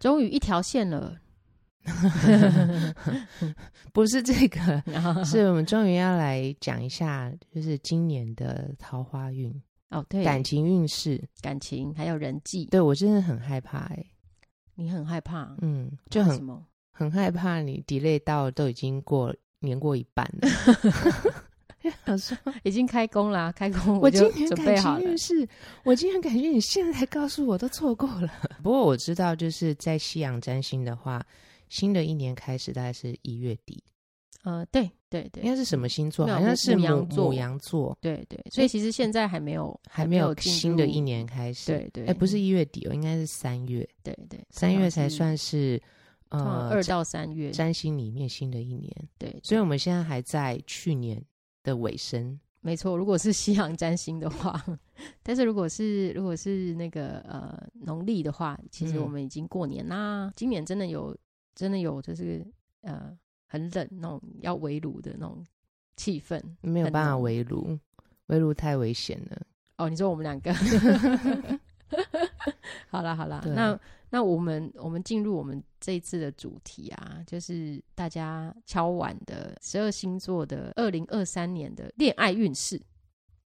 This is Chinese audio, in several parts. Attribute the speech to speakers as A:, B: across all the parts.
A: 终于一条线了，
B: 不是这个，
A: 然后
B: 是我们终于要来讲一下，就是今年的桃花运、
A: 哦对，
B: 感情运势。
A: 感情还有人际，
B: 对我真的很害怕、欸，
A: 你很害怕，
B: 嗯，就
A: 怕什
B: 很
A: 么？
B: 很害怕你 delay 到都已经过年过一半了。就想说，
A: 已经开工啦，开工
B: 我今
A: 就
B: 年
A: 准备
B: 感
A: 好
B: 情
A: 了。
B: 运势，我今年感情你现在才告诉我都错过了。不过我知道，就是在西洋占星的话，新的一年开始大概是一月底，
A: 呃，对对对
B: 应该是什么星座？
A: 没有
B: 好像是
A: 牧羊
B: 母
A: 座
B: 母羊座，
A: 对对，所以其实现在还没有
B: 还没有
A: 进入
B: 新的一，年开始。，
A: 对对，
B: 哎，不是一月底哦，应该是三月，
A: 对对，
B: 三月
A: 通常
B: 才
A: 是
B: 算是
A: 通常
B: 呃
A: 二到三月，
B: 占星里面新的一年。
A: 对，
B: 所以我们现在还在去年的尾声，
A: 没错。如果是西洋占星的话， 但是如果是如果是那个呃农历的话，其实
B: 嗯
A: 我们已经过年啦。今年真的有真的有就是呃很冷那种要围炉的那种气氛
B: 没有
A: 很
B: 办法
A: 浓
B: 围炉，围炉太危险了。
A: 哦。你说我们两个，好啦好啦，
B: 对
A: 那那我们我们进入我们这一次的主题啊，就是大家敲碗的十二星座的二零二三年的恋爱运势。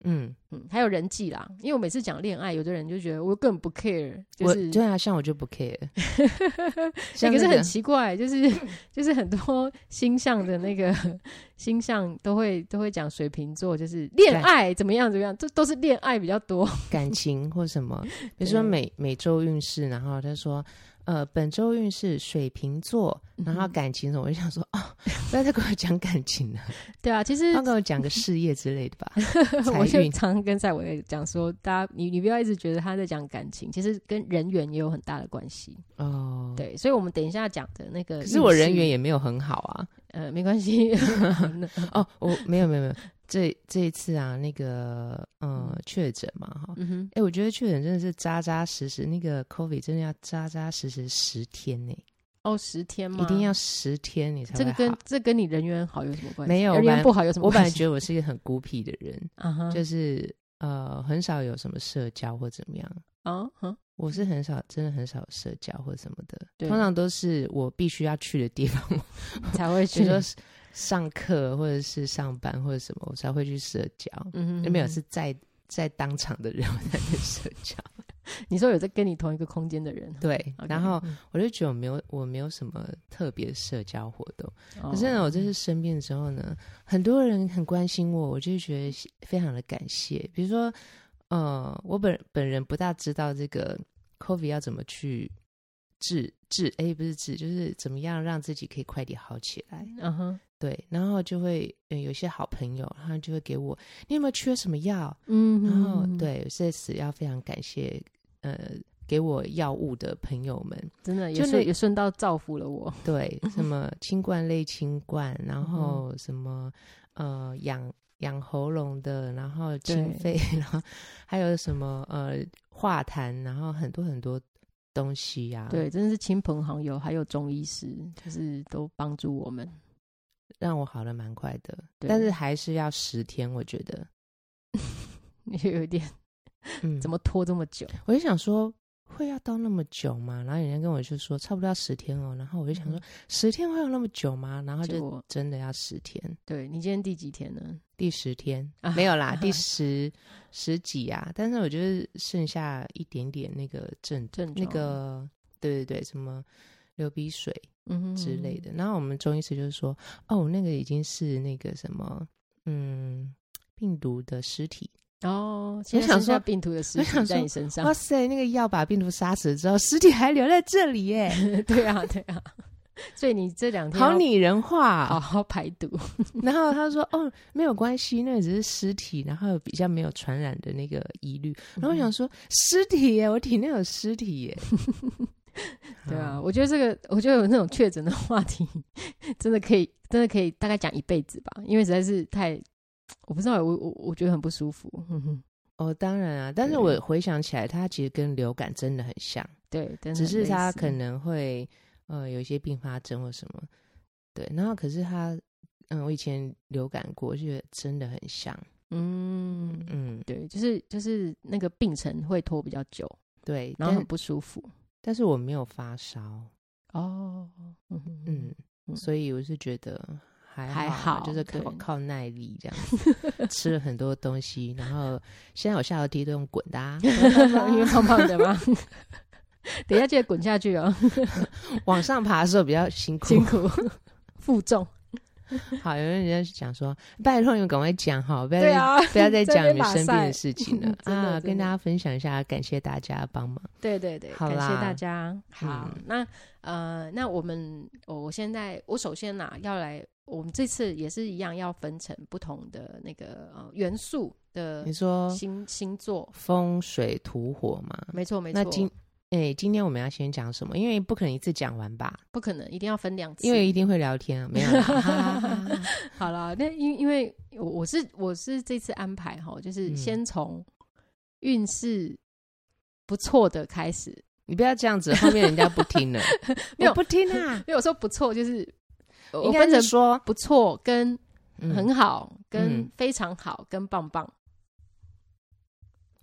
B: 嗯，
A: 嗯，还有人际啦，因为我每次讲恋爱，有的人就觉得我根本不 care，就是
B: 我对啊，像我就不 care，
A: 欸
B: 像
A: 可是
B: 那
A: 很
B: 个
A: 奇怪，就是就是很多星象的那个星象都会都会讲水瓶座，就是恋
B: 对
A: 爱怎么样怎么样，这都是恋爱比较多。
B: 感情或 什么，比如说
A: 嗯对
B: 每每周运势，然后他说，呃，本周运势水瓶座，然
A: 嗯
B: 后
A: 哼
B: 感情什么，我就想说，哦，不要再跟我讲感情 了，
A: 对啊，其实
B: 他跟我讲个事业之类的 吧。
A: 我就
B: 运
A: 常跟在我讲说，大家你你不要一直觉得他在讲感情，其实跟人缘也有很大的关系。
B: 哦，，
A: 对，所以我们等一下讲的那个，
B: 可是我人缘也没有很好啊。
A: 呃没关 系，
B: 哦，我没有没有没有，这这一次啊，那个呃确诊嘛哈，
A: 嗯哼，
B: 哎、我觉得确诊真的是扎扎实实，那个 COVID 真的要扎扎实实十天呢、
A: 哦十天吗？
B: 一定要十天你才
A: 这
B: 会
A: 个
B: 好
A: 跟这跟你人缘好有什么关系？
B: 没有
A: 人
B: 我本
A: 缘
B: 来
A: 不好有什么
B: 我本
A: 关
B: 来
A: 系？
B: 觉得我是一个很孤僻的人，
A: 啊哈，
B: 就是呃很少有什么社交或怎么样。
A: 啊哈，
B: 我是很少，真的很少有社交或什么的，
A: 对
B: 通常都是我必须要去的地方，
A: 才会
B: 比
A: 觉
B: 如说
A: 得
B: 是上课或者是上班或者什么，我才会去社交。
A: 嗯
B: 没有是在在当场的人 我才去社交。
A: 你说有在跟你同一个空间的人，
B: 对
A: OK，
B: 然后
A: 嗯
B: 我就觉得我没有我没有什么特别社交活动，
A: 哦
B: 可是呢，我这次生病之后呢，很多人很关心我，我就觉得非常的感谢。比如说，呃，我本本人不大知道这个 COVID 要怎么去治治，哎，不是治，就是怎么样让自己可以快点好起来。
A: 嗯哼，
B: 对，然后就会、呃有一些好朋友，他们就会给我，你有没有缺什么药？
A: 嗯哼
B: 然后
A: 嗯哼，
B: 对，在此要非常感谢，呃。给我药物的朋友们，
A: 真的也
B: 就
A: 顺
B: 那
A: 也顺道造福了我，
B: 对，
A: 嗯
B: 什么清冠类清冠，然后什么呃养养喉咙的，然后清
A: 对
B: 肺， 然后还有什么呃化痰，然后很多很多东西呀、，
A: 对，真的是亲朋好友，还有中医师，就是都帮助我们。
B: 让我好的蛮快的，
A: 对
B: 但是还是要十天，我觉得，
A: 也有一点
B: 嗯，
A: 怎
B: 么？
A: 么拖这么久？
B: 我就想说。会要到那么久吗？然后人家跟我就说差不多要十天哦，然后我就想说
A: 嗯
B: 十天会有那么久吗？然后
A: 结
B: 就
A: 果
B: 真的要十天，
A: 对你今天第几天呢？
B: 第十天
A: 啊
B: 没有啦， 第十十几啊，但是我觉得剩下一点点那个症
A: 症
B: 那
A: 状
B: 个对对对，什么流鼻水
A: 嗯哼
B: 之类，的。然后我们中医师就是说，哦，那个已经是那个什么，嗯，病毒的尸体。
A: 哦，现在
B: 想
A: 剩下
B: 说
A: 病毒的尸
B: 我
A: 体
B: 想
A: 在
B: 说
A: 你身上
B: 哇，塞，那个药把病毒杀死之后，尸体还留在这里耶，
A: 对啊对啊，所以 你这两天
B: 好
A: 要
B: 拟人化
A: 好
B: 哦。
A: 好排毒，
B: 然后他说，哦，没有关系，那个只是尸体，然后比较没有传嗯 染的那个疑虑。然后我想说，尸体耶，我体内有尸体耶。好
A: 对
B: 嗯
A: 啊，，我觉得这个，我觉得有那种确诊的话题，真的可以，真的可以大概讲一辈子吧，因为实在是太，我不知道，我我我觉得很不舒服。 嗯哼，
B: 哦，当然啊，但是
A: 对
B: 我回想起来，它其实跟流感真的很像，
A: 对，真的
B: 只是
A: 很类
B: 它
A: 似
B: 可能会呃有一些并发症或什么，对，然后可是它，嗯，我以前流感过，就觉得真的很像，
A: 嗯，
B: 嗯，
A: 对，就是就是那个病程会拖比较久，
B: 对，
A: 然后很
B: 但
A: 不舒服。
B: 但是我没有发烧，
A: 哦，嗯哼
B: 嗯，
A: 嗯
B: 所以我是觉得还
A: 还
B: 好啊，
A: 好
B: 就是靠
A: 对
B: 靠耐力这样 子，吃了很多东西，然后现在我下楼梯都用滚的、啊，
A: 因为胖胖的嘛。 等一下，记得滚下去哦，
B: 往上爬的时候比较辛苦
A: 辛。苦， 负重。
B: 好，有人人家讲说，拜托你们赶快讲好，不要
A: 对
B: 再、
A: 啊，
B: 不要 再
A: 在那
B: 讲
A: 边
B: 你
A: 拉
B: 生病的
A: 塞
B: 事情了
A: 真的
B: 啊！
A: 真
B: 跟
A: 的
B: 大家分享一下，感谢大家帮忙。
A: 对对对，
B: 好
A: 感谢
B: 啦
A: 大家。好，
B: 嗯
A: 那呃，那我们哦我我现在我首先呐、要来，我们这次也是一样要分成不同的那个呃元素的
B: 你说
A: 星星座，
B: 风水土火嘛？
A: 没错没错
B: 那，今哎、今天我们要先讲什么？因为不可能一次讲完吧，
A: 不可能一定要分两次，
B: 因为一定会聊天啊，没有啦。哈哈哈哈
A: 好了，那因因为我我是我是这次安排哈，就是
B: 嗯
A: 先从运势不错的开始，，
B: 你不要这样子，后面人家不听了
A: 没有
B: 我不听啊。
A: 因为我说不错就是 我
B: 应
A: 我
B: 该
A: 分成
B: 是说
A: 不错跟
B: 嗯
A: 很好、跟
B: 嗯
A: 非常好、跟棒棒，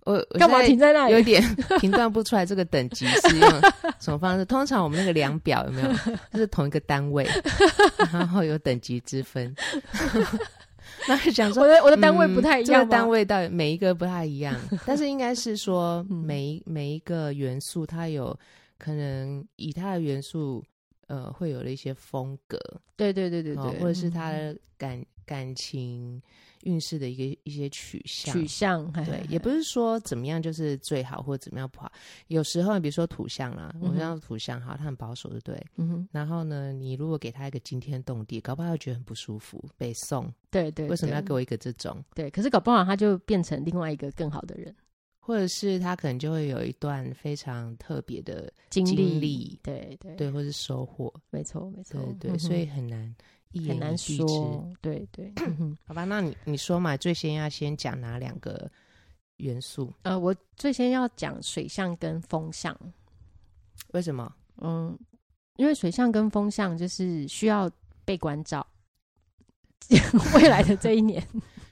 B: 我我
A: 干嘛
B: 现在
A: 停在那
B: 有
A: 里？
B: 点 评断不出来这个等级是用什么方式？通常我们那个量表有没有？它是同一个单位，然后有等级之分。 那就想说
A: 我
B: 嗯
A: 的我的单位不太一
B: 这
A: 样
B: 个
A: 吗，
B: 单位到底每一个不太 一样，但是应该是说
A: 嗯
B: 每一每一个元素它有可能以它的元素呃会有了一些风格，
A: 对对对对
B: 哦
A: 对，
B: 或者是
A: 嗯
B: 它的感感情运势的一个一些取向。
A: 取向，嘿
B: 对
A: 嘿，
B: 也不是说怎么样就是最好或怎么样不好，有时候比如说土象啦，我
A: 嗯哼
B: 们讲土象哈，他很保守，对不对？
A: 嗯哼，
B: 然后呢，你如果给他一个惊天动地，搞不好他觉得很不舒服，被送。
A: 对对，
B: 为什么要
A: 对
B: 给我一个这种？
A: 对？可是搞不好他就变成另外一个更好的人，
B: 或者是他可能就会有一段非常特别的
A: 经
B: 经
A: 历，
B: 历
A: 对对，
B: 对，或是收获，
A: 没错没错
B: 对，对，
A: 嗯哼
B: 所以很难一言
A: 很难
B: 以蔽之
A: 说，对对，嗯哼
B: 好吧？那你你说嘛，最先要先讲哪两个元素？
A: 呃，我最先要讲水象跟风象，
B: 为什么？
A: 嗯，因为水象跟风象就是需要被关照。 未来的这一 年，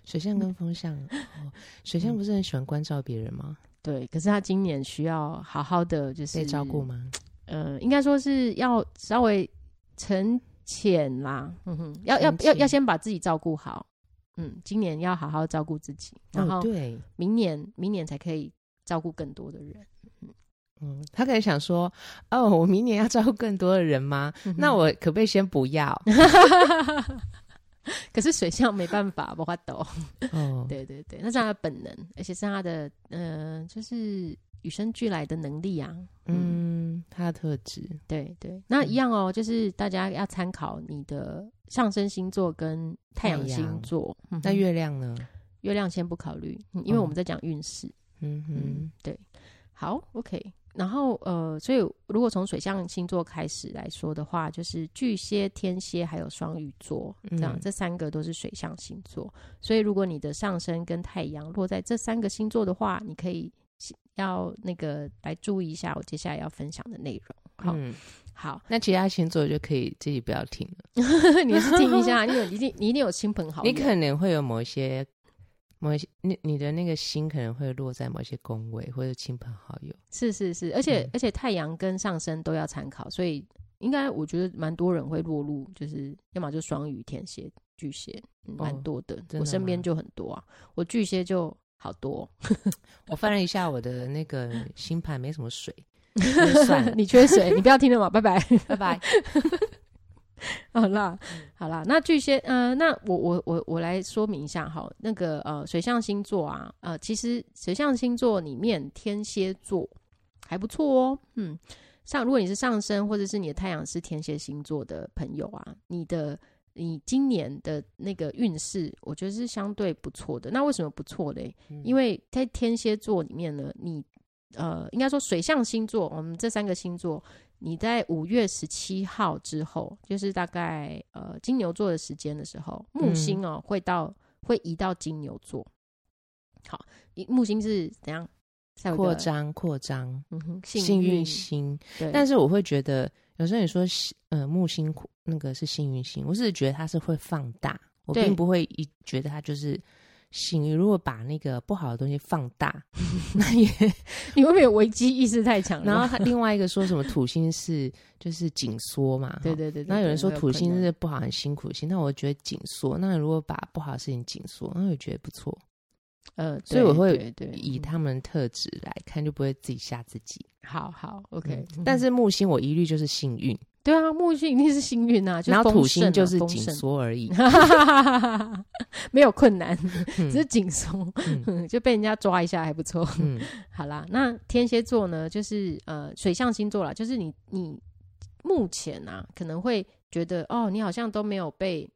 B: 水象跟风 象，哦、水象不是很喜欢关照别人吗？
A: 对，可是他今年需要好好的，就是
B: 被照顾吗？
A: 呃，应该说是要稍微沉潜啦，嗯哼，要要
B: 沉
A: 要
B: 潜
A: 要先把自己照顾好，嗯，今年要好好照顾自己，然
B: 哦，
A: 后
B: 对，
A: 明年明年才可以照顾更多的人。
B: 嗯，他可能想说，哦，我明年要照顾更多的人吗？那我可不可以先不要？
A: 可是水象没办法，不法抖，
B: 哦，
A: 对对对，那是他的本能，而且是他的呃，就是与生俱来的能力啊，
B: 嗯，他的特质，
A: 对对，那一样哦，就是大家要参考你的上升星座跟太阳
B: 太阳
A: 星座，嗯哼
B: 那月亮呢？
A: 月亮先不考虑，嗯因为我们在讲运势。
B: 嗯
A: 嗯
B: 哼，，
A: 对，好，OK。然后呃，所以如果从水象星座开始来说的话，就是巨蟹、天蝎还有双鱼座，这样、
B: 嗯
A: 这三个都是水象星座。所以如果你的上升跟太阳落在这三个星座的话，你可以要那个来注意一下我接下来要分享的内容。好，
B: 嗯
A: 好，
B: 那其他星座就可以自己不要听了。
A: 你是听一下，你有一定你一定有亲朋好友，
B: 你可能会有某一些。某一些你你的那个心可能会落在某些宫位或者亲朋好友，
A: 是是是，而且、
B: 嗯
A: 而且太阳跟上升都要参考，所以应该我觉得蛮多人会落入，就是要么就双鱼、天蝎、巨蟹，嗯蛮、
B: 哦
A: 多的。
B: 真
A: 我
B: 的
A: 身边
B: 吗
A: 就很多啊，我巨蟹就好多，
B: 我翻了一下我的 那个星盘，没什么水，就算了，
A: 你缺水，你不要听了嘛，拜 拜。
B: 拜拜。
A: 好啦，好啦，那巨蟹，呃，那我我我我来说明一下哈，那个呃，水象星座啊，呃，其实水象星座里面天蝎座还不错哦，嗯，上如果你是上升或者是你的太阳是天蝎星座的朋友啊，你的你今年的那个运势，我觉得是相对不错的。那为什么不错嘞？
B: 嗯
A: 因为在天蝎座里面呢，你呃，应该说水象星座，我们这三个星座，你在五月十七号之后，就是大概呃金牛座的时间的时候，木
B: 嗯
A: 星哦、会到会移到金牛座。好，一木星是怎样？下一个
B: 扩，张扩张，
A: 嗯哼，
B: 幸
A: 运
B: 运，星。
A: 对，
B: 但是我会觉得，有时候你说幸呃木星扩那个是幸运星，我只是觉得它是会放大，我
A: 对
B: 并不会一觉得它就是幸运。如果把那个不好的东西放大， 那也
A: 你会不会危机意识太强了？
B: 然 后他另外一个说什么土星是就是紧缩嘛，
A: 对
B: 哈。
A: 对对，对
B: 那有人说土星，
A: 对
B: 是不好，很辛苦星，那我觉得紧缩。那如果把不好的事情紧缩，那我觉得不错。
A: 有可能呃，
B: 所以我会
A: 对对嗯对
B: 以他们特质来看，就不会自己吓自己。
A: 好好 OK，
B: 嗯但是木星我一律就是幸运，
A: 对啊，木星一定是幸运啊，就
B: 然后土
A: 丰盛啊
B: 星就是
A: 丰
B: 紧
A: 盛
B: 缩 而已。
A: 哈哈哈哈哈哈，没有困 难，只
B: 嗯
A: 是紧松，
B: 嗯
A: 就被人家抓一下还不错。
B: 嗯，
A: 好啦，那天蝎座呢，就是呃水象星座啦，就是你你目前啊可能会觉得哦，你好像都没有被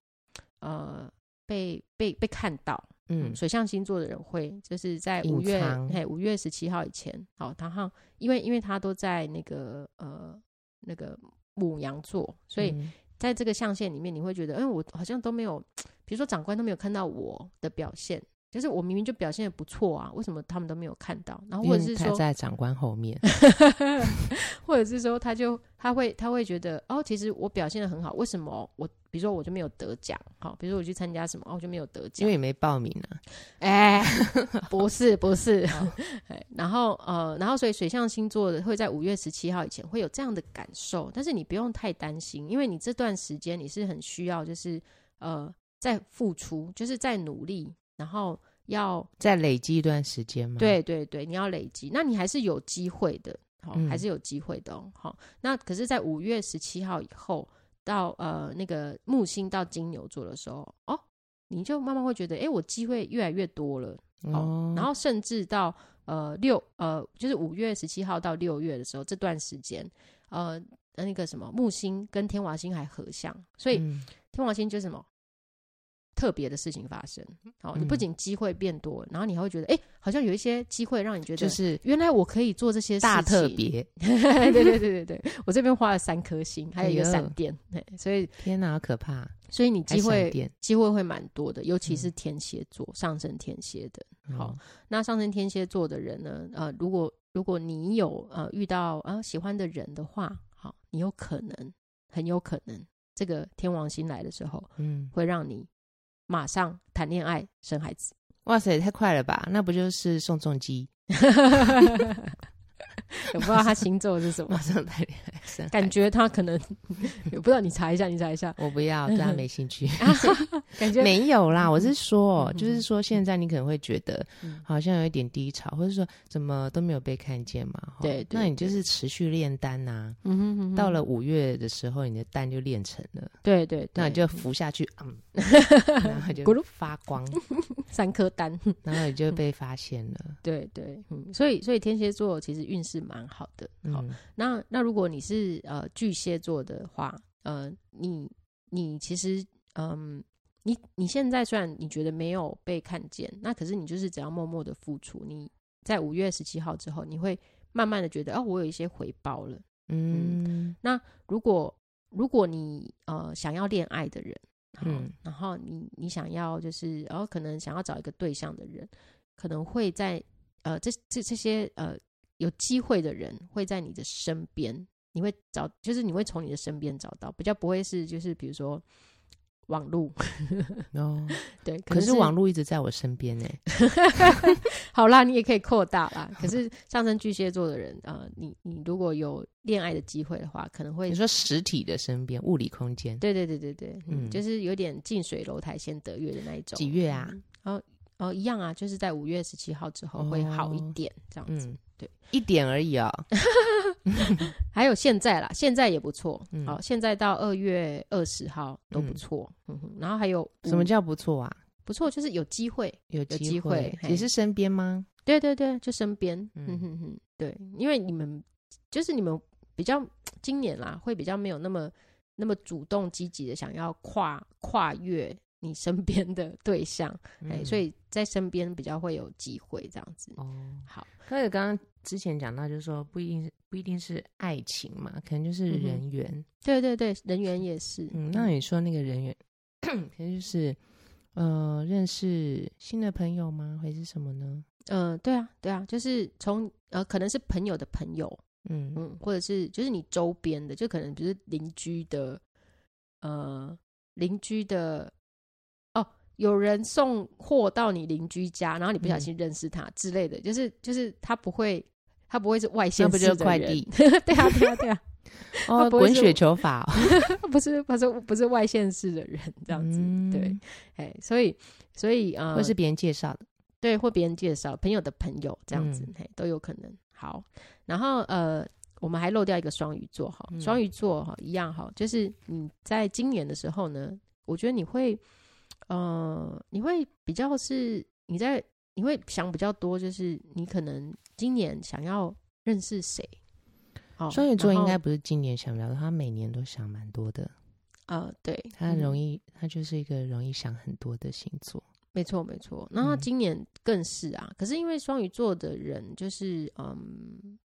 A: 呃被被被看到。嗯，
B: 嗯，
A: 水象星座的人会就是在
B: 隐
A: 五月
B: 藏
A: 嘿五月十七号以前，好，然后因为因为他都在那个呃那个母羊座，所以
B: 嗯
A: 在这个象限里面，你会觉得，哎、我好像都没有，比如说长官都没有看到我的表现，就是我明明就表现的不错啊，为什么他们都没有看到？然后
B: 因
A: 或
B: 为
A: 者是
B: 他
A: 说，
B: 在长官后面，
A: 或者是说，他就他会他会觉得，哦，其实我表现的很好，为什么我比如说我就没有得奖？好，比如说我去参加什么，哦，我就没有得
B: 因
A: 奖
B: 为。也没报名啊。
A: 哎、不是不是， 哎然后呃，然后所以水象星座的会在五月十七号以前会有这样的感受，但是你不用太担心，因为你这段时间你是很需要，就是呃，在付出，就是在努力，然后要
B: 再累积一段时间嘛。，
A: 对对对，你要累积，那你还是有机会的，好、
B: 嗯
A: 还是有机会的哦。好，那可是，在五月十七号以后，到呃那个木星到金牛座的时候，哦，你就慢慢会觉得，哎，我机会越来越多了。
B: 哦，
A: 然后甚至到呃六呃，就是五月十七号到六月的时候这段时间，呃，那个什么木星跟天王星还合相，所以
B: 嗯
A: 天王星就是什么特别的事情发生。好、你不
B: 嗯
A: 仅机会变多，然后你还会觉得，哎、好像有一些机会让你觉得，
B: 就是
A: 原来我可以做这些事情。
B: 大特别，
A: 对对对对对，我这边花了三颗星，还有一个
B: 哎呦
A: 闪电，嘿所以
B: 天哪，好可怕！
A: 所以你
B: 还
A: 机
B: 闪
A: 会
B: 电嗯
A: 机会会蛮多的，尤其是天蝎座、上升天蝎的。好，那上升天蝎座的人呢，呃，如果如果你有呃遇到呃喜欢的人的话，好，你有可能很有可能这个天王星来的时候，
B: 嗯，
A: 会让你马上谈恋爱、生孩子。
B: 哇塞，太快了吧？那不就是宋仲基
A: 我不知道他星座是什么
B: 马，上谈恋爱生孩子
A: 感觉他可能，我不知道你查一下，你查一下，
B: 我不要，对他没兴趣。
A: 感觉
B: 没有啦，我是说哦
A: 嗯，
B: 就是说，现在你可能会觉得
A: 嗯
B: 好像有一点低潮，或者说怎么都没有被看见嘛。哈
A: 对对
B: 那你就是持续炼丹呐。
A: 嗯哼嗯哼
B: 到了五月的时候，你的丹就炼成了，
A: 对对对，
B: 那你就服下去， 嗯，然后就
A: 咕噜嗯
B: 发光，
A: 三颗丹。
B: 然后你就被发现了。
A: 对对，嗯，所以所以天蝎座其实运势蛮好的。好，
B: 嗯
A: 那那如果你是呃巨蟹座的话，呃，你你其实嗯，你你现在虽然你觉得没有被看见，那可是你就是只要默默的付出，你在五月十七号之后，你会慢慢的觉得哦，我有一些回报了。
B: 嗯
A: 如果如果你呃想要恋爱的人，嗯
B: 嗯，
A: 然后你你想要就是然后、可能想要找一个对象的人，可能会在呃这这这些呃有机会的人会在你的身边，你会找就是你会从你的身边找到，比较不会是就是比如说网路
B: 哦，
A: 对，嗯
B: 可
A: 能
B: 是网络一直在我身边呢。
A: 好啦，你也可以扩大啦。可是上升巨蟹座的人，呃，你你如果有恋爱的机会的话，可能会
B: 你说实体的身边，物理空间，
A: 对对对对对，嗯，
B: 嗯
A: 就是有点近水楼台先得月的那一种。
B: 几月啊？
A: 哦哦，一样啊，就是在五月十七号之后会好一
B: 哦
A: 点，这样子。
B: 嗯，
A: 对，
B: 一点而已哦。
A: 还有现在啦，现在也不错。
B: 嗯
A: 好，现在到二月二十号都不
B: 嗯
A: 错。嗯哼，然后还有
B: 什么
A: 五
B: 叫不错啊？
A: 不错？就是有机会。
B: 有
A: 机
B: 机
A: 会嘿
B: 也是身边吗？
A: 对对对，就身边。嗯
B: 嗯
A: 哼哼，对，因为你们就是你们比较今年啦，会比较没有那么那么主动积极的想要跨跨越你身边的对象。哎、
B: 嗯
A: 所以在身边比较会有机会这样子。
B: 哦，
A: 好，
B: 可是刚刚之前讲到，就是说不一定是不一定是爱情嘛，可能就
A: 嗯
B: 是
A: 哼
B: 人缘。
A: 对对对，人缘也是。
B: 嗯，那你说那个人缘， 可能就是呃，认识新的朋友吗？还是什么呢？
A: 嗯、对啊，对啊，就是从呃，可能是朋友的朋友，
B: 嗯，
A: 嗯，或者是就是你周边的，就可能比如邻居的，呃，邻居的，哦，有人送货到你邻居家，然后你不小
B: 嗯
A: 心认识他之类的，就是就是他不会，他不会是外
B: 那
A: 县
B: 不
A: 市
B: 就是
A: 的
B: 快
A: 人
B: 递
A: 对啊，对啊，对 啊，
B: 哦，
A: 不会
B: 滚
A: 是
B: 雪球法 哦，
A: 他不是他说不是外县市的人这样子，对，哎，所以所以呃，
B: 嗯或是别人介绍的。
A: 对，或别人介绍朋友的朋友这样子，
B: 嗯
A: 嘿，都有可能。好，然后呃，我们还漏掉一个双鱼座哈，
B: 嗯
A: 双鱼座哈一样哈，就是你在今年的时候呢，我觉得你会呃，你会比较是你在你会想比较多，就是你可能今年想要认识谁。好
B: 双鱼座
A: 然
B: 应
A: 后
B: 该不是今年想聊的，他每年都想蛮多的，
A: 呃，对，
B: 他容
A: 易。
B: 易，他就是一个容易想很多的星座。
A: 没错，没错。那他
B: 嗯
A: 今年更是啊，可是因为双鱼座的人，就是嗯，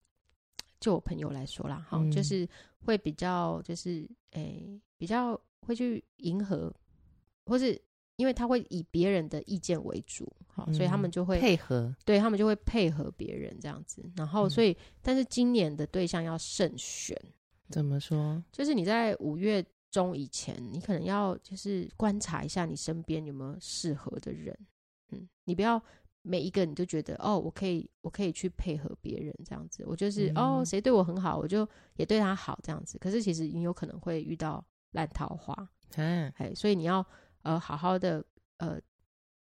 A: 就我朋友来说啦，哈、
B: 嗯
A: 就是会比较，就是诶、比较会去迎合，或是因为他会以别人的意见为主，好、所以他
B: 嗯
A: 们就会
B: 配合，
A: 对他们就会配合别人这样子。然后，
B: 嗯
A: 所以、但是今年的对象要慎选，
B: 怎么说？
A: 就是你在五月中以前，你可能要就是观察一下你身边有没有适合的人，嗯，你不要每一个你都觉得哦，我可以我可以去配合别人这样子，我就是、哦
B: 嗯
A: 谁对我很好，我就也对他好这样子。可是其实你有可能会遇到烂桃花，
B: 嗯、啊，
A: 哎，所以你要呃好好的呃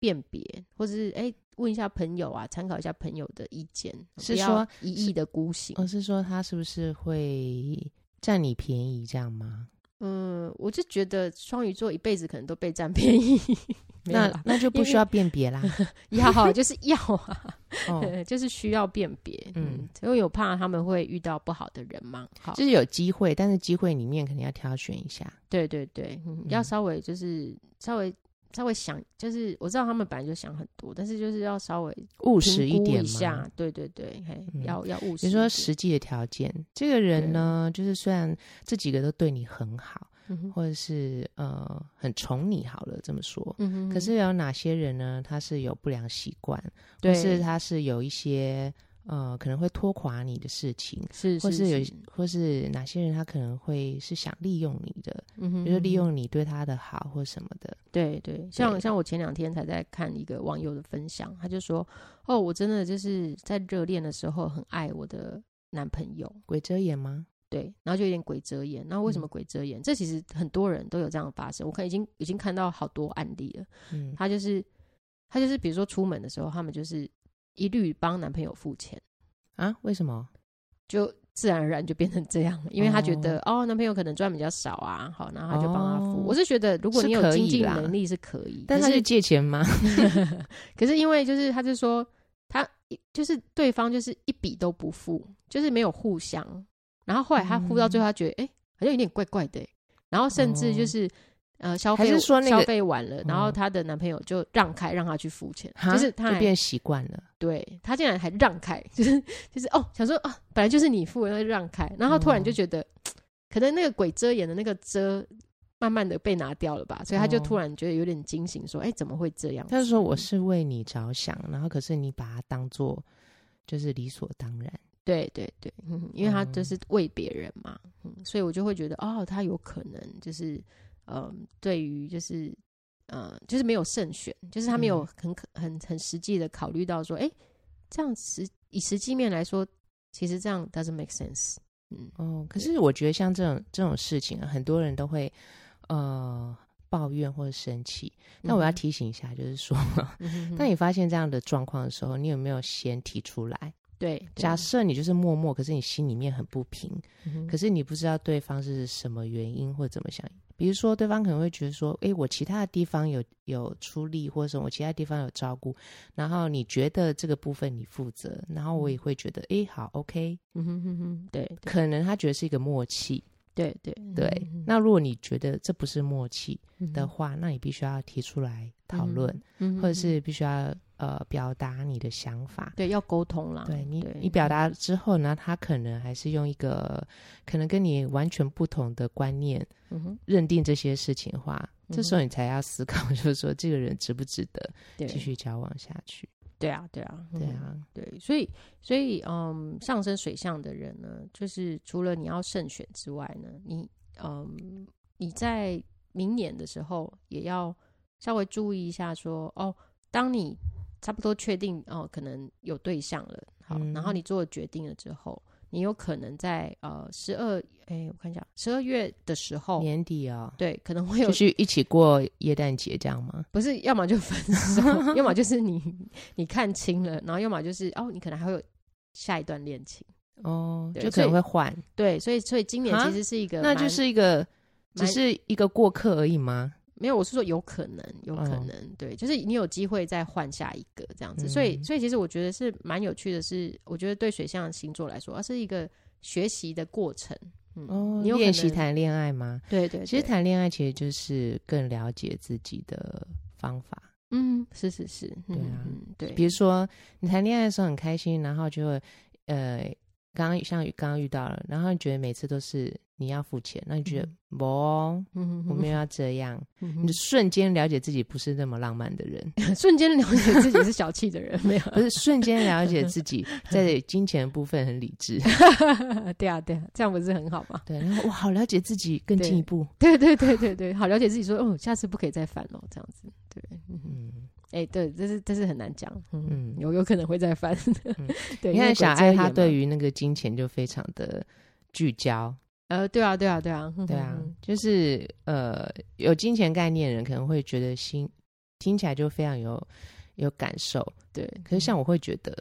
A: 辨别，或者是哎问一下朋友啊，参考一下朋友的意见，
B: 是
A: 不要
B: 说
A: 一意的孤行。
B: 我是说他是不是会占你便宜这样吗？
A: 嗯，我就觉得双鱼座一辈子可能都被占便宜，没有
B: 那
A: 啦
B: 那就
A: 因
B: 不
A: 为
B: 需要辨别啦。
A: 要就是要啊，
B: 哦，
A: 就是需要辨别，嗯
B: 嗯，
A: 因为有怕他们会遇到不好的人嘛。好，
B: 就是有机会，但是机会里面肯定要挑选一下。
A: 对对对，嗯
B: 嗯
A: 要稍微就是稍微稍微想，就是我知道他们本来就想很多，但是就是要稍微
B: 务
A: 评
B: 实
A: 估
B: 点
A: 一
B: 嘛
A: 下。，对对对，嘿，
B: 嗯
A: 要要务实
B: 你
A: 一点。
B: 说实际的条件，这个人
A: 对
B: 呢，就是虽然这几个都对你很好，
A: 嗯哼，
B: 或者是呃很宠你好了，这么说。
A: 嗯哼，
B: 可是有哪些人呢？他是有不良习惯，或
A: 对
B: 是他是有一些呃可能会拖垮你的事情，
A: 是
B: 或是有
A: 是，
B: 或是哪些人他可能会是想利用你的，
A: 嗯哼
B: 比如说利
A: 嗯哼
B: 用你对他的好或什么的。
A: 对对，像
B: 对
A: 像我前两天才在看一个网友的分享，他就说：“哦，我真的就是在热恋的时候很爱我的男朋友，
B: 鬼遮眼吗？
A: 对，然后就有点鬼遮眼。那为什么
B: 嗯
A: 鬼遮眼？这其实很多人都有这样发生，我看已经已经看到好多案例了。
B: 嗯，
A: 他就是他就是比如说出门的时候，他们就是一律帮男朋友付钱，
B: 啊，为什么？
A: 就自然而然就变成这样了，因为他觉得哦男朋友可能赚比较少啊，好，然后他就帮他付。
B: 哦
A: 我是觉得如果
B: 是
A: 你有
B: 可
A: 经
B: 以
A: 济
B: 啦
A: 能力是可以，
B: 但
A: 可
B: 他
A: 是
B: 去借钱 吗？
A: 可是因为就是他就说他就是对方就是一笔都不付，就是没有互相。然后后来他付到
B: 嗯
A: 最后，他觉得哎、诶好像有点怪怪的、诶然后甚至就是、呃消费
B: 哦还是说那个
A: 消费完了，然后
B: 嗯
A: 她的男朋友就让开让她去付钱，
B: 哈
A: 就是他
B: 就
A: 还
B: 变习惯了。
A: 对他竟然还让开，就是就是哦想说啊本来就是你付的，那就让开。然后突然就
B: 哦
A: 觉得、可能那个鬼遮眼的那个遮。慢慢的被拿掉了吧，所以他就
B: 哦
A: 突然觉得有点惊醒，说：“哎、怎么会这样子？”
B: 他就说我是为你着想，然后可是你把它当做就是理所当然。
A: 对对对，嗯，因为他就
B: 嗯
A: 是为别人嘛，嗯，所以我就会觉得，哦，他有可能就是，嗯、对于就是，呃，就是没有慎选，就是他没有
B: 嗯
A: 很可很很实际的考虑到说，哎，这样实以实际面来说，其实这样 doesn't make sense，嗯，
B: 哦，可是我觉得像这种这种事情啊，很多人都会呃抱怨或者生气。那我要
A: 嗯哼，
B: 提醒一下，就是说，
A: 嗯哼哼
B: 当你发现这样的状况的时候，你有没有先提出来？
A: 对
B: 假，
A: 对
B: 设你就是默默，可是你心里面很不平，
A: 嗯哼
B: 可是你不知道对方是什么原因或怎么想。比如说，对方可能会觉得说：“诶，我其他的地方有有出力，或者什么，我其他地方有照顾。”然后你觉得这个部分你负责，然后我也会觉得：“诶，好，OK。
A: 嗯哼哼哼，对”对
B: 可能他觉得是一个默契，
A: 对对
B: 对，
A: 嗯
B: 那如果你觉得这不是默契
A: 嗯
B: 的话，那你必须要提出来讨论，
A: 嗯
B: 或者是必须要呃表达你的想法。
A: 对要沟通啦，
B: 对你，你表达之后呢，他可能还是用一个可能跟你完全不同的观念
A: 嗯哼，
B: 认定这些事情的话，这时候
A: 嗯
B: 你才要思考， 就是说这个人值不值得
A: 对
B: 继续交往下去？
A: 对啊对啊
B: 对
A: 嗯
B: 啊，
A: 对，所以所以嗯，上升水象的人呢，就是除了你要慎选之外呢，你嗯，你在明年的时候也要稍微注意一下说，哦，当你差不多确定哦，可能有对象了，好，
B: 嗯
A: 然后你做了决定了之后，你有可能在呃十二哎，我看一下十二月的时候，
B: 年底哦，
A: 对，可能会有
B: 就。去一起过耶诞节这样吗？
A: 不是，要么就分手， 要么就是你你看清了，然后要么就是哦，你可能还会有下一段恋情。
B: 哦，
A: 对
B: 就可能
A: 所以
B: 会换，
A: 对，所以所以今年
B: 哈
A: 其实是一个
B: 那
A: 蛮，
B: 就是一个只
A: 蛮
B: 是一个过客而已吗？
A: 没有，我是说有可能，有可
B: 哦
A: 能，对，就是你有机会再换下一个这样子。
B: 嗯
A: 所以所以其实我觉得是蛮有趣的是，我觉得对水象星座来说，它是一个学习的过程。
B: 哦，
A: 你有可
B: 练习
A: 能
B: 谈恋爱吗？
A: 对对
B: 其实
A: 对
B: 谈恋爱其实就是更了解自己的方法。
A: 嗯，是是是，嗯
B: 对啊
A: 嗯对，
B: 比如说你谈恋爱的时候很开心，然后就会呃，刚刚像刚刚遇到了，然后你觉得每次都是你要付钱，那你觉得不、
A: 嗯
B: 我没有要这样，
A: 嗯
B: 你就瞬间了解自己不是那么浪漫的 人，
A: 瞬间了解自己是小气的人，没 有？
B: 不是瞬间了解自己在金钱部分很理智。
A: 对啊对啊，这样不是很好吗？
B: 对，然后哇，好了解自己更进一步。
A: 对对对对对，好了解自己说，哦，下次不可以再犯了，这样子。对，嗯，
B: 嗯，
A: 哎、对，这是这是很难讲，嗯
B: 嗯，
A: 有有可能会再犯。 对，
B: 你
A: 因为
B: 看小
A: 鬼遮
B: 爱
A: 眼
B: 她
A: 嘛
B: 对于那个金钱就非常的聚焦，
A: 呃，对啊，对啊，对啊，
B: 对啊
A: 嗯，
B: 就是呃，有金钱概念的人可能会觉得心听起来就非常有有感受，
A: 对。
B: 可是像啊我会觉得，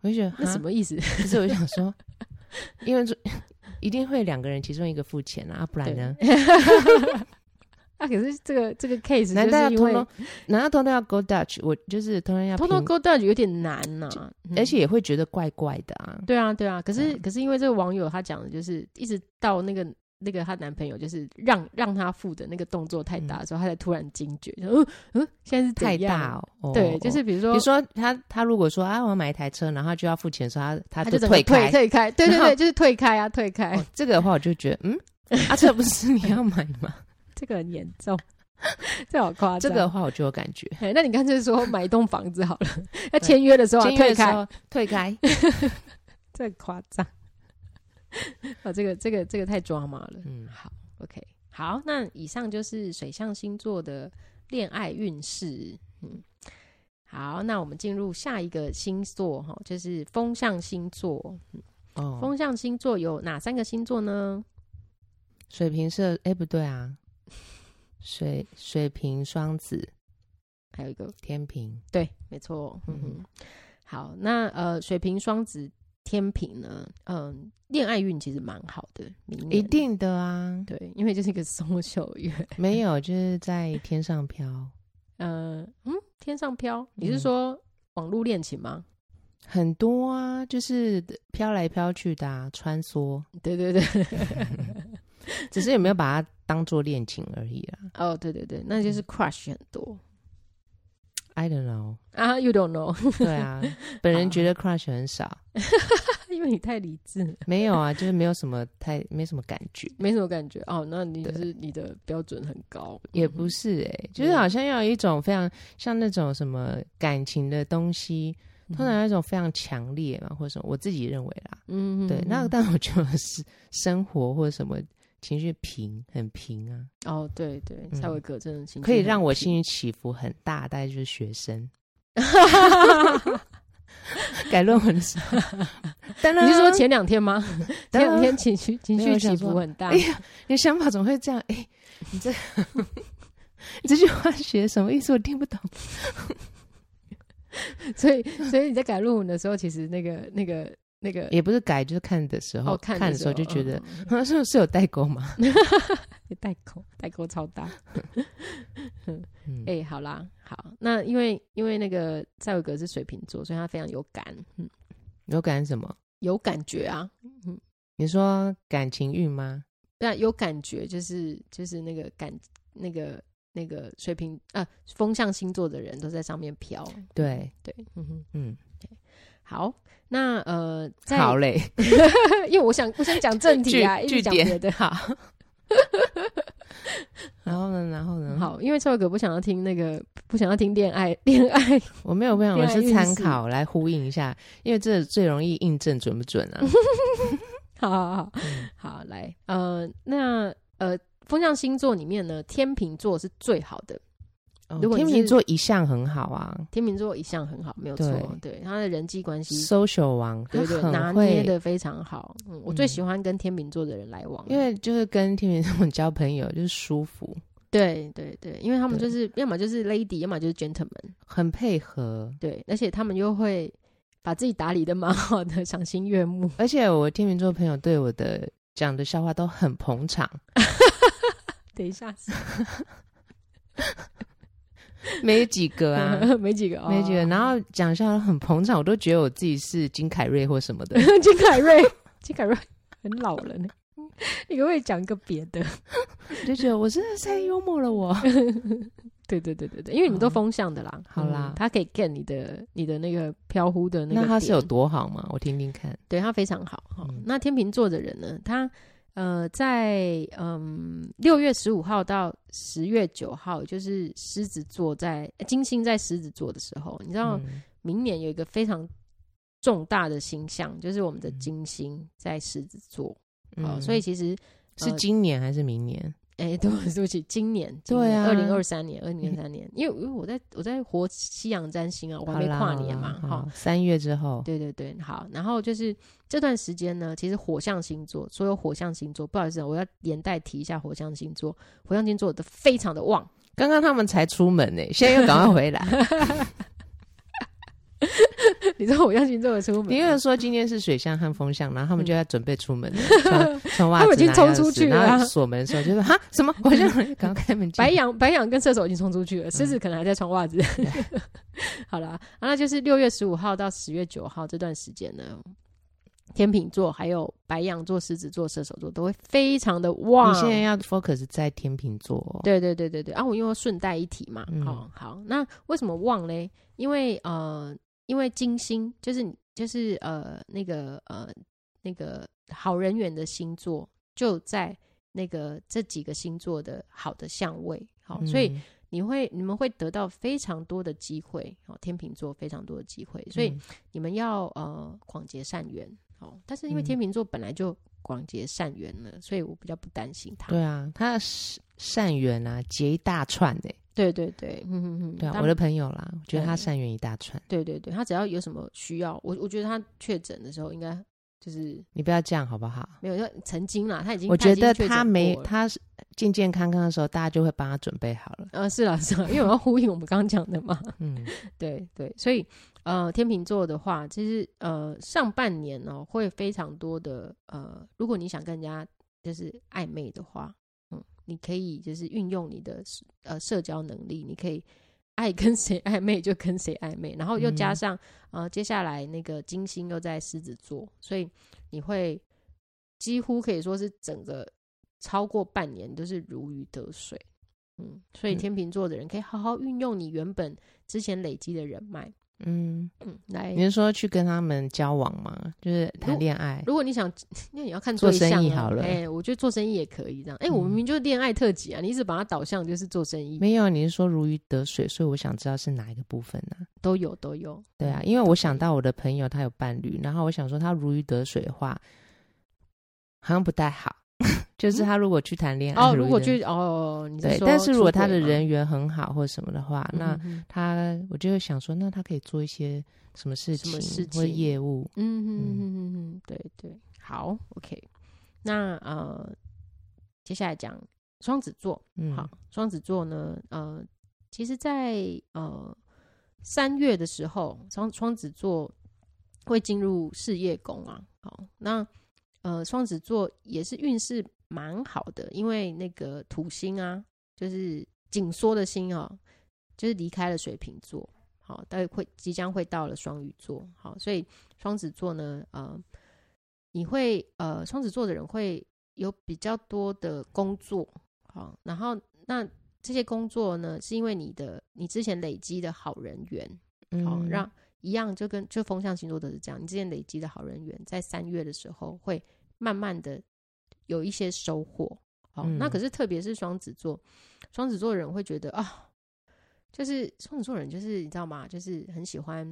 B: 我就觉得
A: 嗯那什，
B: 哈
A: 么意思？
B: 可是我就想说， 因为这一定会两个人其中一个付钱啊，啊不然呢？
A: 啊，可是这个这个 case
B: 难
A: 就
B: 道要
A: 是因
B: 通
A: 为
B: 通难道通通要 go Dutch？我就是通通要
A: 通通
B: 平
A: go Dutch 有点难呐、嗯
B: 而且也会觉得怪怪的啊。
A: 对啊，对啊，可是、
B: 嗯
A: 可是因为这个网友他讲的就是一直到那个。那个她男朋友就是让让她付的那个动作太大的时候，她才突然惊觉，嗯嗯，呃现在是怎
B: 嗯太
A: 样
B: 大、哦，
A: 对，
B: 哦
A: 就是比如
B: 比
A: 说
B: 如说他他如果说啊，我要买一台车，然后就要付钱的时候，他
A: 他
B: 他
A: 就整个
B: 退开
A: 退开，对对
B: 然后
A: 对，就是退开啊，退开，
B: 哦这个的话，我就觉得嗯， 啊，这不是你要买 吗？
A: 这个很严重， 这好夸张。
B: 这个的话，我就有感觉。
A: 哎，那你干脆说买一栋房子好 了，要签约的时候啊
B: 签约
A: 退
B: 的时
A: 开，
B: 候 退开，
A: 这很夸张。 哦，这个这个这个太抓马了。
B: 嗯，
A: 好，OK，好，那以上就是水象星座的恋爱运势。嗯，好，那我们进入下一个星座哈，就是风象星座。
B: 哦，
A: 风象星座有哪三个星座呢？
B: 水瓶射，哎，不对啊，水水瓶、双子、
A: 还有一个，
B: 天平，
A: 对，没错。嗯哼，好，那呃，水瓶、双子、天平呢？嗯、恋爱运其实蛮好的，明年
B: 一定的啊，
A: 对，因为就是一个松秀月。
B: 没有，就是在天上飘，
A: 呃，嗯，天上飘，你是
B: 嗯
A: 说网络恋情吗？
B: 很多啊，就是飘来飘去的啊，穿梭，
A: 对对 对，
B: 只是有没有把它当做恋情而已啊啦。
A: 哦，对对对，那就是
B: 嗯
A: crush 很多
B: I don't know，
A: 啊，you don't know，
B: 对 啊，本人觉得 crush 很少，
A: 因为你太理智了，
B: 没有啊，就是没有什么太没什么感觉，
A: 没什么感觉哦。那你就
B: 对
A: 是你的标准很高，
B: 也
A: 嗯
B: 不
A: 哼
B: 是哎、就是
A: 嗯
B: 好像要有一种非常像那种什么感情的东西，通常有一种非常强烈嘛，或者什么，我自己认为啦，
A: 嗯，
B: 对。那 但我觉得是生活或者什么情绪平很平啊，
A: 哦，对对，蔡
B: 嗯
A: 伟哥真的情
B: 可以让我心
A: 心，
B: 情起伏很大，大概就是学生改论文的 时候。当然，啊
A: 你是说前两天吗？前两天情绪情
B: 没有
A: 绪
B: 我想
A: 起
B: 说
A: 伏很大
B: 啊哎，呀，你的想法怎么会这样？哎、你这 你这句话写什么意思？我听不懂。
A: 所以所以你在改论文的时候，其实那个那个那个
B: 也不是改，就是看的时候，
A: 哦看
B: 的时候就觉得
A: 嗯，
B: 嗯、 是不是有代沟嘛？
A: 也代沟，代沟超大。
B: 嗯，
A: 哎、好啦，好，那因为因为那个赛维格是水瓶座，所以他非常有感，嗯，
B: 有感什么？
A: 有感觉啊，
B: 你说感情运吗？
A: 但有感觉，就是就是那个感那个那个水瓶呃风象星座的人都在上面飘，
B: 对，
A: 对，嗯哼，
B: 嗯，
A: 好，那呃，在
B: 好嘞，
A: 因为我想我想讲正题啊，
B: 据
A: 一直
B: 据
A: 讲
B: 点
A: 别的哈。
B: 然后呢，然后呢，
A: 好，因为臭哥不想要听那个，不想要听恋爱恋爱，
B: 我没有不想，我
A: 恋爱运
B: 是
A: 势
B: 参考来呼应一下，因为这最容易印证准不准 啊？
A: 好好好，
B: 嗯
A: 好来，呃，那呃，风象星座里面呢，天秤座是最好的，
B: 哦
A: 如果你
B: 天
A: 是嗯
B: 秤座一向很好啊
A: 天秤座一向很好，没有错，对他的人际关系，
B: ，social 王，他
A: 对对，拿
B: 很
A: 捏
B: 会
A: 的非常好，嗯，我最
B: 嗯
A: 喜欢跟天秤座的人来往了，
B: 因为就是跟天秤座交朋友就是舒服，
A: 对对对，因为他们就
B: 对
A: 是要么就是 lady，要么就是 gentleman，
B: 很配合，
A: 对，而且他们又会把自己打理的蛮好的，赏心悦目，
B: 而且我天秤座朋友对我的讲的笑话都很捧场，
A: 等一下，
B: 没几个啊，
A: 没几 个，哦
B: 没几个，然后讲笑话都很捧场，我都觉得我自己是金凯瑞或什么 的。
A: 金凯 瑞，金凯瑞很老了呢。
B: 嗯
A: 你可不可以讲个别的？
B: 就觉得我真的是太幽默了我。
A: 对对对对对，因为你们都
B: 好
A: 风向的啦。
B: 好啦
A: 嗯他可以 get 你的你的那个飘忽的那个
B: 那
A: 点。
B: 他是有多好吗？我听听看。
A: 对他非常好哈、
B: 嗯
A: 那天秤座的人呢，他呃在嗯六月十五号到十月九号，就是狮子座在呃金星在狮子座的时候，你知道
B: 嗯
A: 明年有一个非常重大的星象，就是我们的金星在狮子座啊、
B: 嗯
A: 所以其实
B: 是
A: 呃
B: 今年还是明年？
A: 哎，对 不起，对不起，今年，
B: 对啊
A: 二零二三 年，二零二三年，因为因为我在我在活西洋占星啊，我还没跨年嘛，哈
B: 好啦好，三月之后。
A: 对对对，好，然后就是这段时间呢，其实火象星座，所有火象星座，不好意思啊，我要连带提一下火象星座，火象星座都非常的旺，
B: 刚刚他们才出门呢，现在又赶快回来。
A: 你知道火象星座的出门，
B: 你又说今天是水象和风象，然后他们就在准备出 门了，穿穿
A: 嗯
B: 袜
A: 他
B: 子，
A: 们已经
B: 拿钥
A: 冲
B: 匙
A: 出去了啊
B: 然后锁门的时候就说哈什么？ 我就赶快开门进
A: 白
B: 来。
A: 羊白羊跟射手已经冲出
B: 嗯
A: 去了，狮子可能还在穿袜子。 好啦，啊那就是六月十五号到十月九号这段时间呢，天秤座、还有白羊座、狮子座、射手座都会非常的旺
B: 你。现在要 focus 在天秤座哦，
A: 对对对对对啊！我因为我顺带一提嘛，
B: 嗯
A: 哦好，那为什么旺嘞？因为呃，因为金星就是你就是呃那个呃那个好人缘的星座就在那个这几个星座的好的相位，好、
B: 嗯
A: 所以你会你们会得到非常多的机会哦，天秤座非常多的机会，所以
B: 嗯
A: 你们要呃广结善缘哦。但是因为
B: 嗯
A: 天秤座本来就广结善缘了，所以我比较不担心他。
B: 对啊，他的善善缘啊，结一大串的。
A: 对对对，嗯嗯嗯，
B: 对啊，
A: 当
B: 我的朋友啦，我觉得他
A: 对
B: 善缘一大串。
A: 对对对，他只要有什么需要，我我觉得他确诊的时候应该就是
B: 你不要这样好不好？
A: 没有，就曾经啦，他已经
B: 我觉得
A: 已经确诊
B: 他没
A: 过了
B: 他是健健康康的时候，大家就会帮他准备好了。
A: 呃是啦是啦，因为我要呼应我们刚刚讲的嘛，
B: 嗯，
A: 对对，所以呃，天秤座的话，其实呃，上半年哦、会非常多的呃，如果你想跟人家就是暧昧的话，嗯，你可以就是运用你的呃社交能力，你可以爱跟谁暧昧就跟谁暧昧，然后又加
B: 嗯
A: 上、呃，接下来那个金星又在狮子座，所以你会几乎可以说是整个超过半年都是如鱼得水。嗯，所以
B: 嗯
A: 天秤座的人可以好好运用你原本之前累积的人脉，
B: 嗯，
A: 嗯，来
B: 你，是说去跟他们交往吗？就是
A: 如
B: 谈恋爱？
A: 如果你想， 那你要看
B: 做
A: 对象
B: 生意
A: 啊
B: 好了
A: 哎、我觉得做生意也可以这样，哎、我
B: 嗯
A: 明明就是恋爱特辑啊，你一直把它导向就是做生意，
B: 没有，你是说如鱼得水，所以我想知道是哪一个部分呢、
A: 都有都有，
B: 对啊，
A: 嗯
B: 因为我想
A: 都
B: 到我的朋友他有伴侣，然后我想说他如鱼得水的话，好像不太好。 就是他如果去谈恋
A: 有
B: 爱，
A: 嗯哦，
B: 如
A: 如
B: 鱼
A: 果
B: 得
A: 去哦，你是
B: 对，
A: 说
B: 但是如果
A: 出
B: 他
A: 轨
B: 的
A: 吗
B: 人缘很好或什么的话，那
A: 嗯哼
B: 他我就会想说，那他可以做一些什么事
A: 什
B: 情
A: 么事
B: 或
A: 情
B: 业务？
A: 嗯哼哼哼哼，对对，好，OK，那呃，接下来讲双子座，
B: 嗯，
A: 好，，双子座呢，呃，其实在，呃三月的时候，双双子座会进入事业宫啊。好，那呃，双子座也是运势蛮好的，因为那个土星啊，就是紧缩的心哦，就是离开了水瓶座，好，但会即将会到了双鱼座，好，所以双子座呢，呃，你会呃，双子座的人会有比较多的工作，好，然后那这些工作呢，是因为你的你之前累积的好人缘，好、
B: 嗯
A: 让一样就跟就风象星座都是这样，你之前累积的好人缘，在三月的时候会慢慢的有一些收获。好、那
B: 嗯
A: 可是特别是双子座，双子座人会觉得啊、就是双子座人就是你知道吗？就是很喜欢。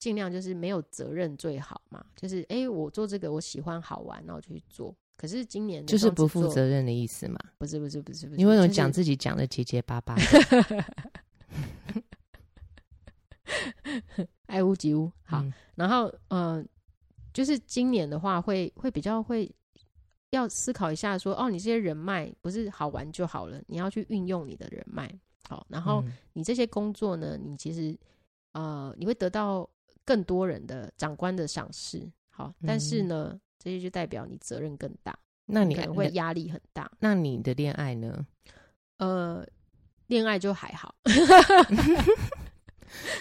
A: 尽量就是没有责任最好嘛，就是哎、诶我做这个我喜欢好玩，那我就去做。可是今年的
B: 就是
A: 双子
B: 不负
A: 座，
B: 责任的意思嘛。
A: 不是不是不是不是，
B: 你为什么
A: 就是
B: 讲自己讲的结结巴巴的？
A: 爱屋及乌。 好，
B: 嗯
A: 然后呃，就是今年的话会，会比较会要思考一下说，哦，你这些人脉不是好玩就好了，你要去运用你的人脉。好，然后
B: 嗯
A: 你这些工作呢，你其实呃，你会得到更多人的长官的赏识。好，但是呢，这些就代表你责任更大，
B: 嗯那你
A: 可能会压力很大。
B: 那你的恋爱呢？
A: 呃，恋爱就还好，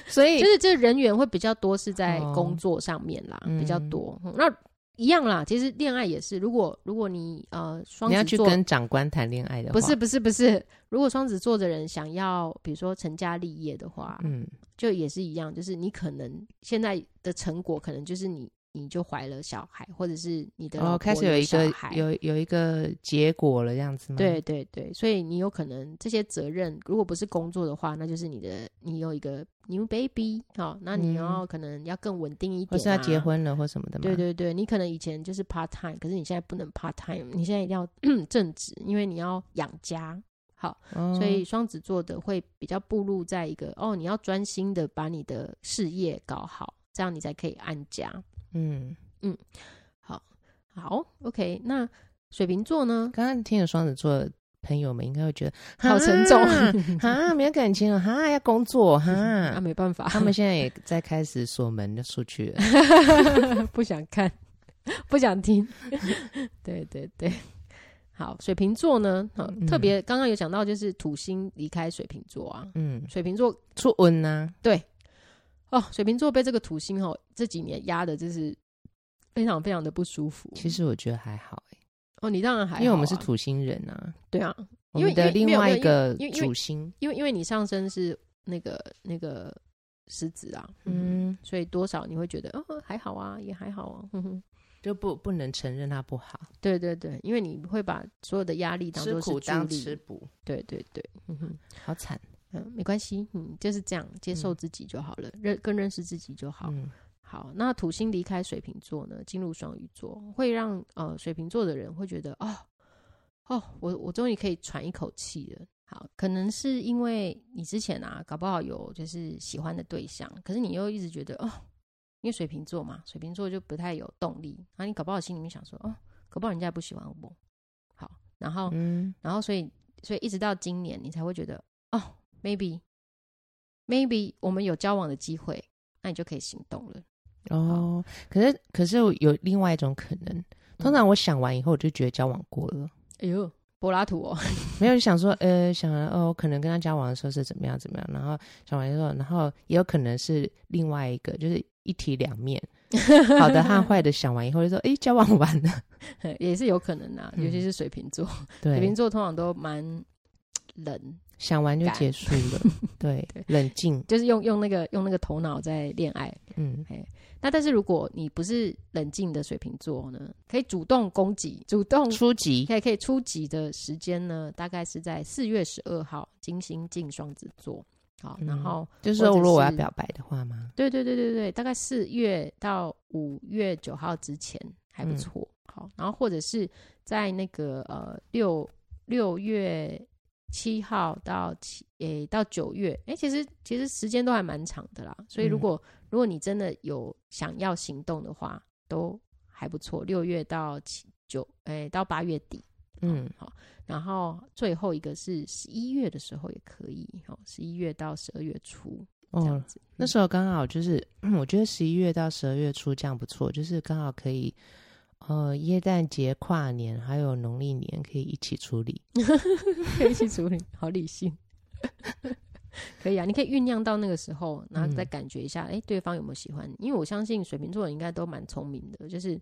B: 所以
A: 就是这人员会比较多是在
B: 哦
A: 工作上面啦，
B: 嗯
A: 比较多。嗯那一样啦，其实恋爱也是，如果如果你呃双
B: 你要
A: 子
B: 去
A: 座
B: 跟长官谈恋爱的话，
A: 不是不是不是，如果双子座的人想要比如说成家立业的话，
B: 嗯
A: 就也是一样，就是你可能现在的成果可能就是你你就怀了小孩，或者是你的老婆
B: 哦，开始有一
A: 小
B: 个
A: 孩
B: 有有一个结果了，这样子吗？
A: 对对对，所以你有可能这些责任，如果不是工作的话，那就是你的，你有一个 new baby 哦，那你
B: 嗯
A: 要可能要更稳定一点、啊，
B: 或是要结。婚了或什么的吗？
A: 对对对，你可能以前就是 part time，可是你现在不能 part time，你现在一定要 正职，因为你要养家。好，
B: 哦，
A: 所以双子座的会比较步入在一个哦，你要专心的把你的事业搞好，这样你才可以安家。
B: 嗯，
A: 好，OK，那水瓶座呢？
B: 刚刚听了双子座的朋友们应该会觉得
A: 好沉重
B: 啊，没有感情了哈，要工作
A: 啊，
B: 哈。
A: 没办法，
B: 他们现在也在开始锁门的出 去了，
A: 不想看， 不想听。 对对对，好，水瓶座呢，呃
B: 嗯
A: 特别刚刚有讲到，就是土星离开水瓶座啊，
B: 嗯，
A: 水瓶座
B: 出啊温呐、
A: 哦，水瓶座被这个土星哦这几年压的，就是非常非常的不舒服。
B: 其实我觉得还好、欸
A: 哦，你当然还好啊、
B: 因为我们是土星人啊，
A: 对啊，
B: 我
A: 因为
B: 们的
A: 因为
B: 另外一个
A: 因为因为因为
B: 主星，
A: 因为因为你上身是那个那个狮子啊，嗯，
B: 嗯，
A: 所以多少你会觉得哦还好啊，也还好啊，哼哼。
B: 就不不能承认他不好，
A: 对对对，因为你会把所有的压力当
B: 吃
A: 做是
B: 苦
A: 助
B: 当
A: 力，
B: 吃补，
A: 对对对，嗯哼。
B: 好惨，
A: 嗯，没关系，嗯，就是这样，接受
B: 嗯
A: 自己就好了，认、更认识自己就好。
B: 嗯
A: 好，那土星离开水瓶座呢，进入双鱼座，会让呃水瓶座的人会觉得哦哦，我我终于可以喘一口气了。好，可能是因为你之前啊，搞不好有就是喜欢的对象，可是你又一直觉得哦，因为水瓶座嘛，水瓶座就不太有动力，然后你搞不好心里面想说哦，搞不好人家也不喜欢我。好，然后
B: 嗯，
A: 然后所以所以一直到今年，你才会觉得哦，maybe maybe 我们有交往的机会，那你就可以行动了。
B: 哦，可是可是有另外一种可
A: 嗯
B: 能，通常我想完以后，我就觉得交往过了。
A: 哎呦，柏拉图哦，
B: 没有想说，呃，想了哦，可能跟他交往的时候是怎么样怎么样，然后交往之后，然后也有可能是另外一个，就是一体两面， 好的和坏的。想完以后就说，诶，交往完了，
A: 也是有可能啊，
B: 嗯
A: 尤其是水瓶座， 水
B: 对
A: 瓶，座通常都蛮冷，
B: 想完就结束 了，对，冷静，
A: 就是用用那个用那个头脑在恋爱。
B: 嗯，
A: 那但是如果你不是冷静的水瓶座呢，可以主动攻击，主动
B: 初级，
A: 可以可以初级的时间呢，大概是在四月十二号，金星进双子座。好，然
B: 嗯
A: 后
B: 就是
A: 或
B: 说
A: 者
B: 如果我要
A: 是
B: 表白的话吗？
A: 对对对对对，大概四月到五月九号之前还不
B: 嗯
A: 错。好，然后或者是在那个呃六六月七号到七诶、到九月，诶、其实其实时间都还蛮长的啦。所以如
B: 嗯
A: 果、如果你真的有想要行动的话，都还不错。六月到七九诶、到八月底，
B: 嗯，
A: 好，然后最后一个是十一月的时候也可以，好，十一月到十二月初这样
B: 哦，
A: 子。
B: 那时候刚好就是， 我觉得十一月到十二月初这样不错，就是刚好可以。呃，耶诞节、跨年还有农历年可以一起处理，
A: 可以一起处理，好理性。 可以啊，你可以酝酿到那个时候，然后再
B: 嗯
A: 感觉一下，哎、对方有没有喜欢你？因为我相信水瓶座人应该都蛮聪明的，就是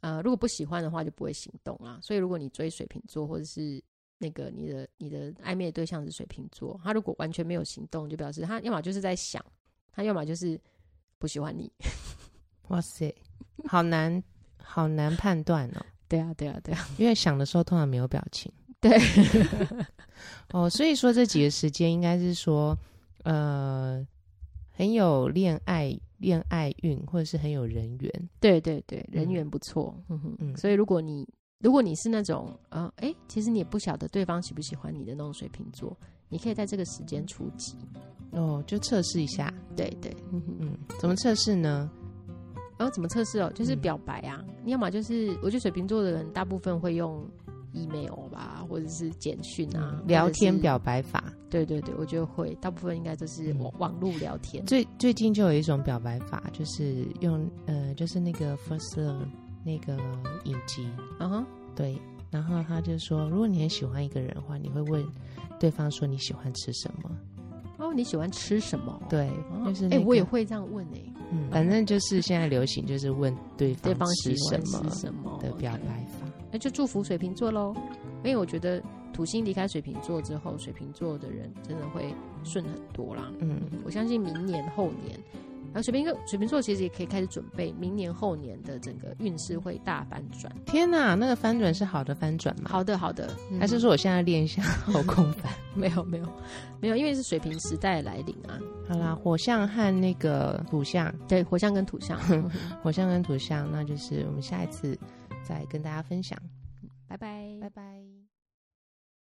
A: 呃，如果不喜欢的话就不会行动啦。所以如果你追水瓶座，或者是那个你的你的暧昧的对象是水瓶座，他如果完全没有行动，就表示他要么就是在想，他要么就是不喜欢你。
B: 哇塞，好难，好难判断哦。
A: 对啊，对啊，对啊，
B: 因为想的时候通常没有表情。
A: 对
B: 哦，所以说这几个时间应该是说，呃，很有恋爱恋爱运，或者是很有人缘。
A: 对对对，人缘不错。嗯哼
B: 嗯
A: 所以如果你如果你是那种呃，哎，其实你也不晓得对方喜不喜欢你的那种水瓶座，你可以在这个时间出击。
B: 哦，就测试一下，
A: 对对，嗯哼。
B: 嗯，怎么测试呢？
A: 然后怎么测试哦？就是
B: 嗯
A: 表白啊，你要么就是，我觉得水瓶座的人大部分会用 email 吧，或者是简讯啊，或者
B: 嗯聊天
A: 是。
B: 表嗯白法，
A: 对对对，我觉得会，大部分应该都是网网络聊天。
B: 最最近就有一种表白法，就是用呃，就是那个 First Love 那个影集，
A: 嗯哼，
B: 对，然后他就说，如果你很喜欢一个人的话，你会问对方说你喜欢吃什么？
A: 哦，你喜欢吃什么？
B: 对，
A: 哦，
B: 就是
A: 哎、
B: 那个
A: 我也会这样问哎、
B: 嗯，反正就是现在流行就是问对
A: 对
B: 方
A: 方喜
B: 吃什
A: 欢
B: 么
A: 吃什么
B: 的表白法。
A: 那就祝福水瓶座喽。因为我觉得土星离开水瓶座之后，水瓶座的人真的会顺很多啦。
B: 嗯，
A: 我相信明年后年，然后水瓶座水瓶座其实也可以开始准备明年后年的整个运势会大反转。
B: 天哪，那个翻转是好的翻转吗？
A: 好的，好的，嗯
B: 还是说我现在练一下后空 翻？
A: 没有没有没有，因为是水瓶时代的来临啊。
B: 好啦，火象和那个土象，
A: 对，火象跟土象，嗯
B: 火象跟土象，那就是我们下一次再跟大家分享。
A: 拜拜，
B: 拜拜。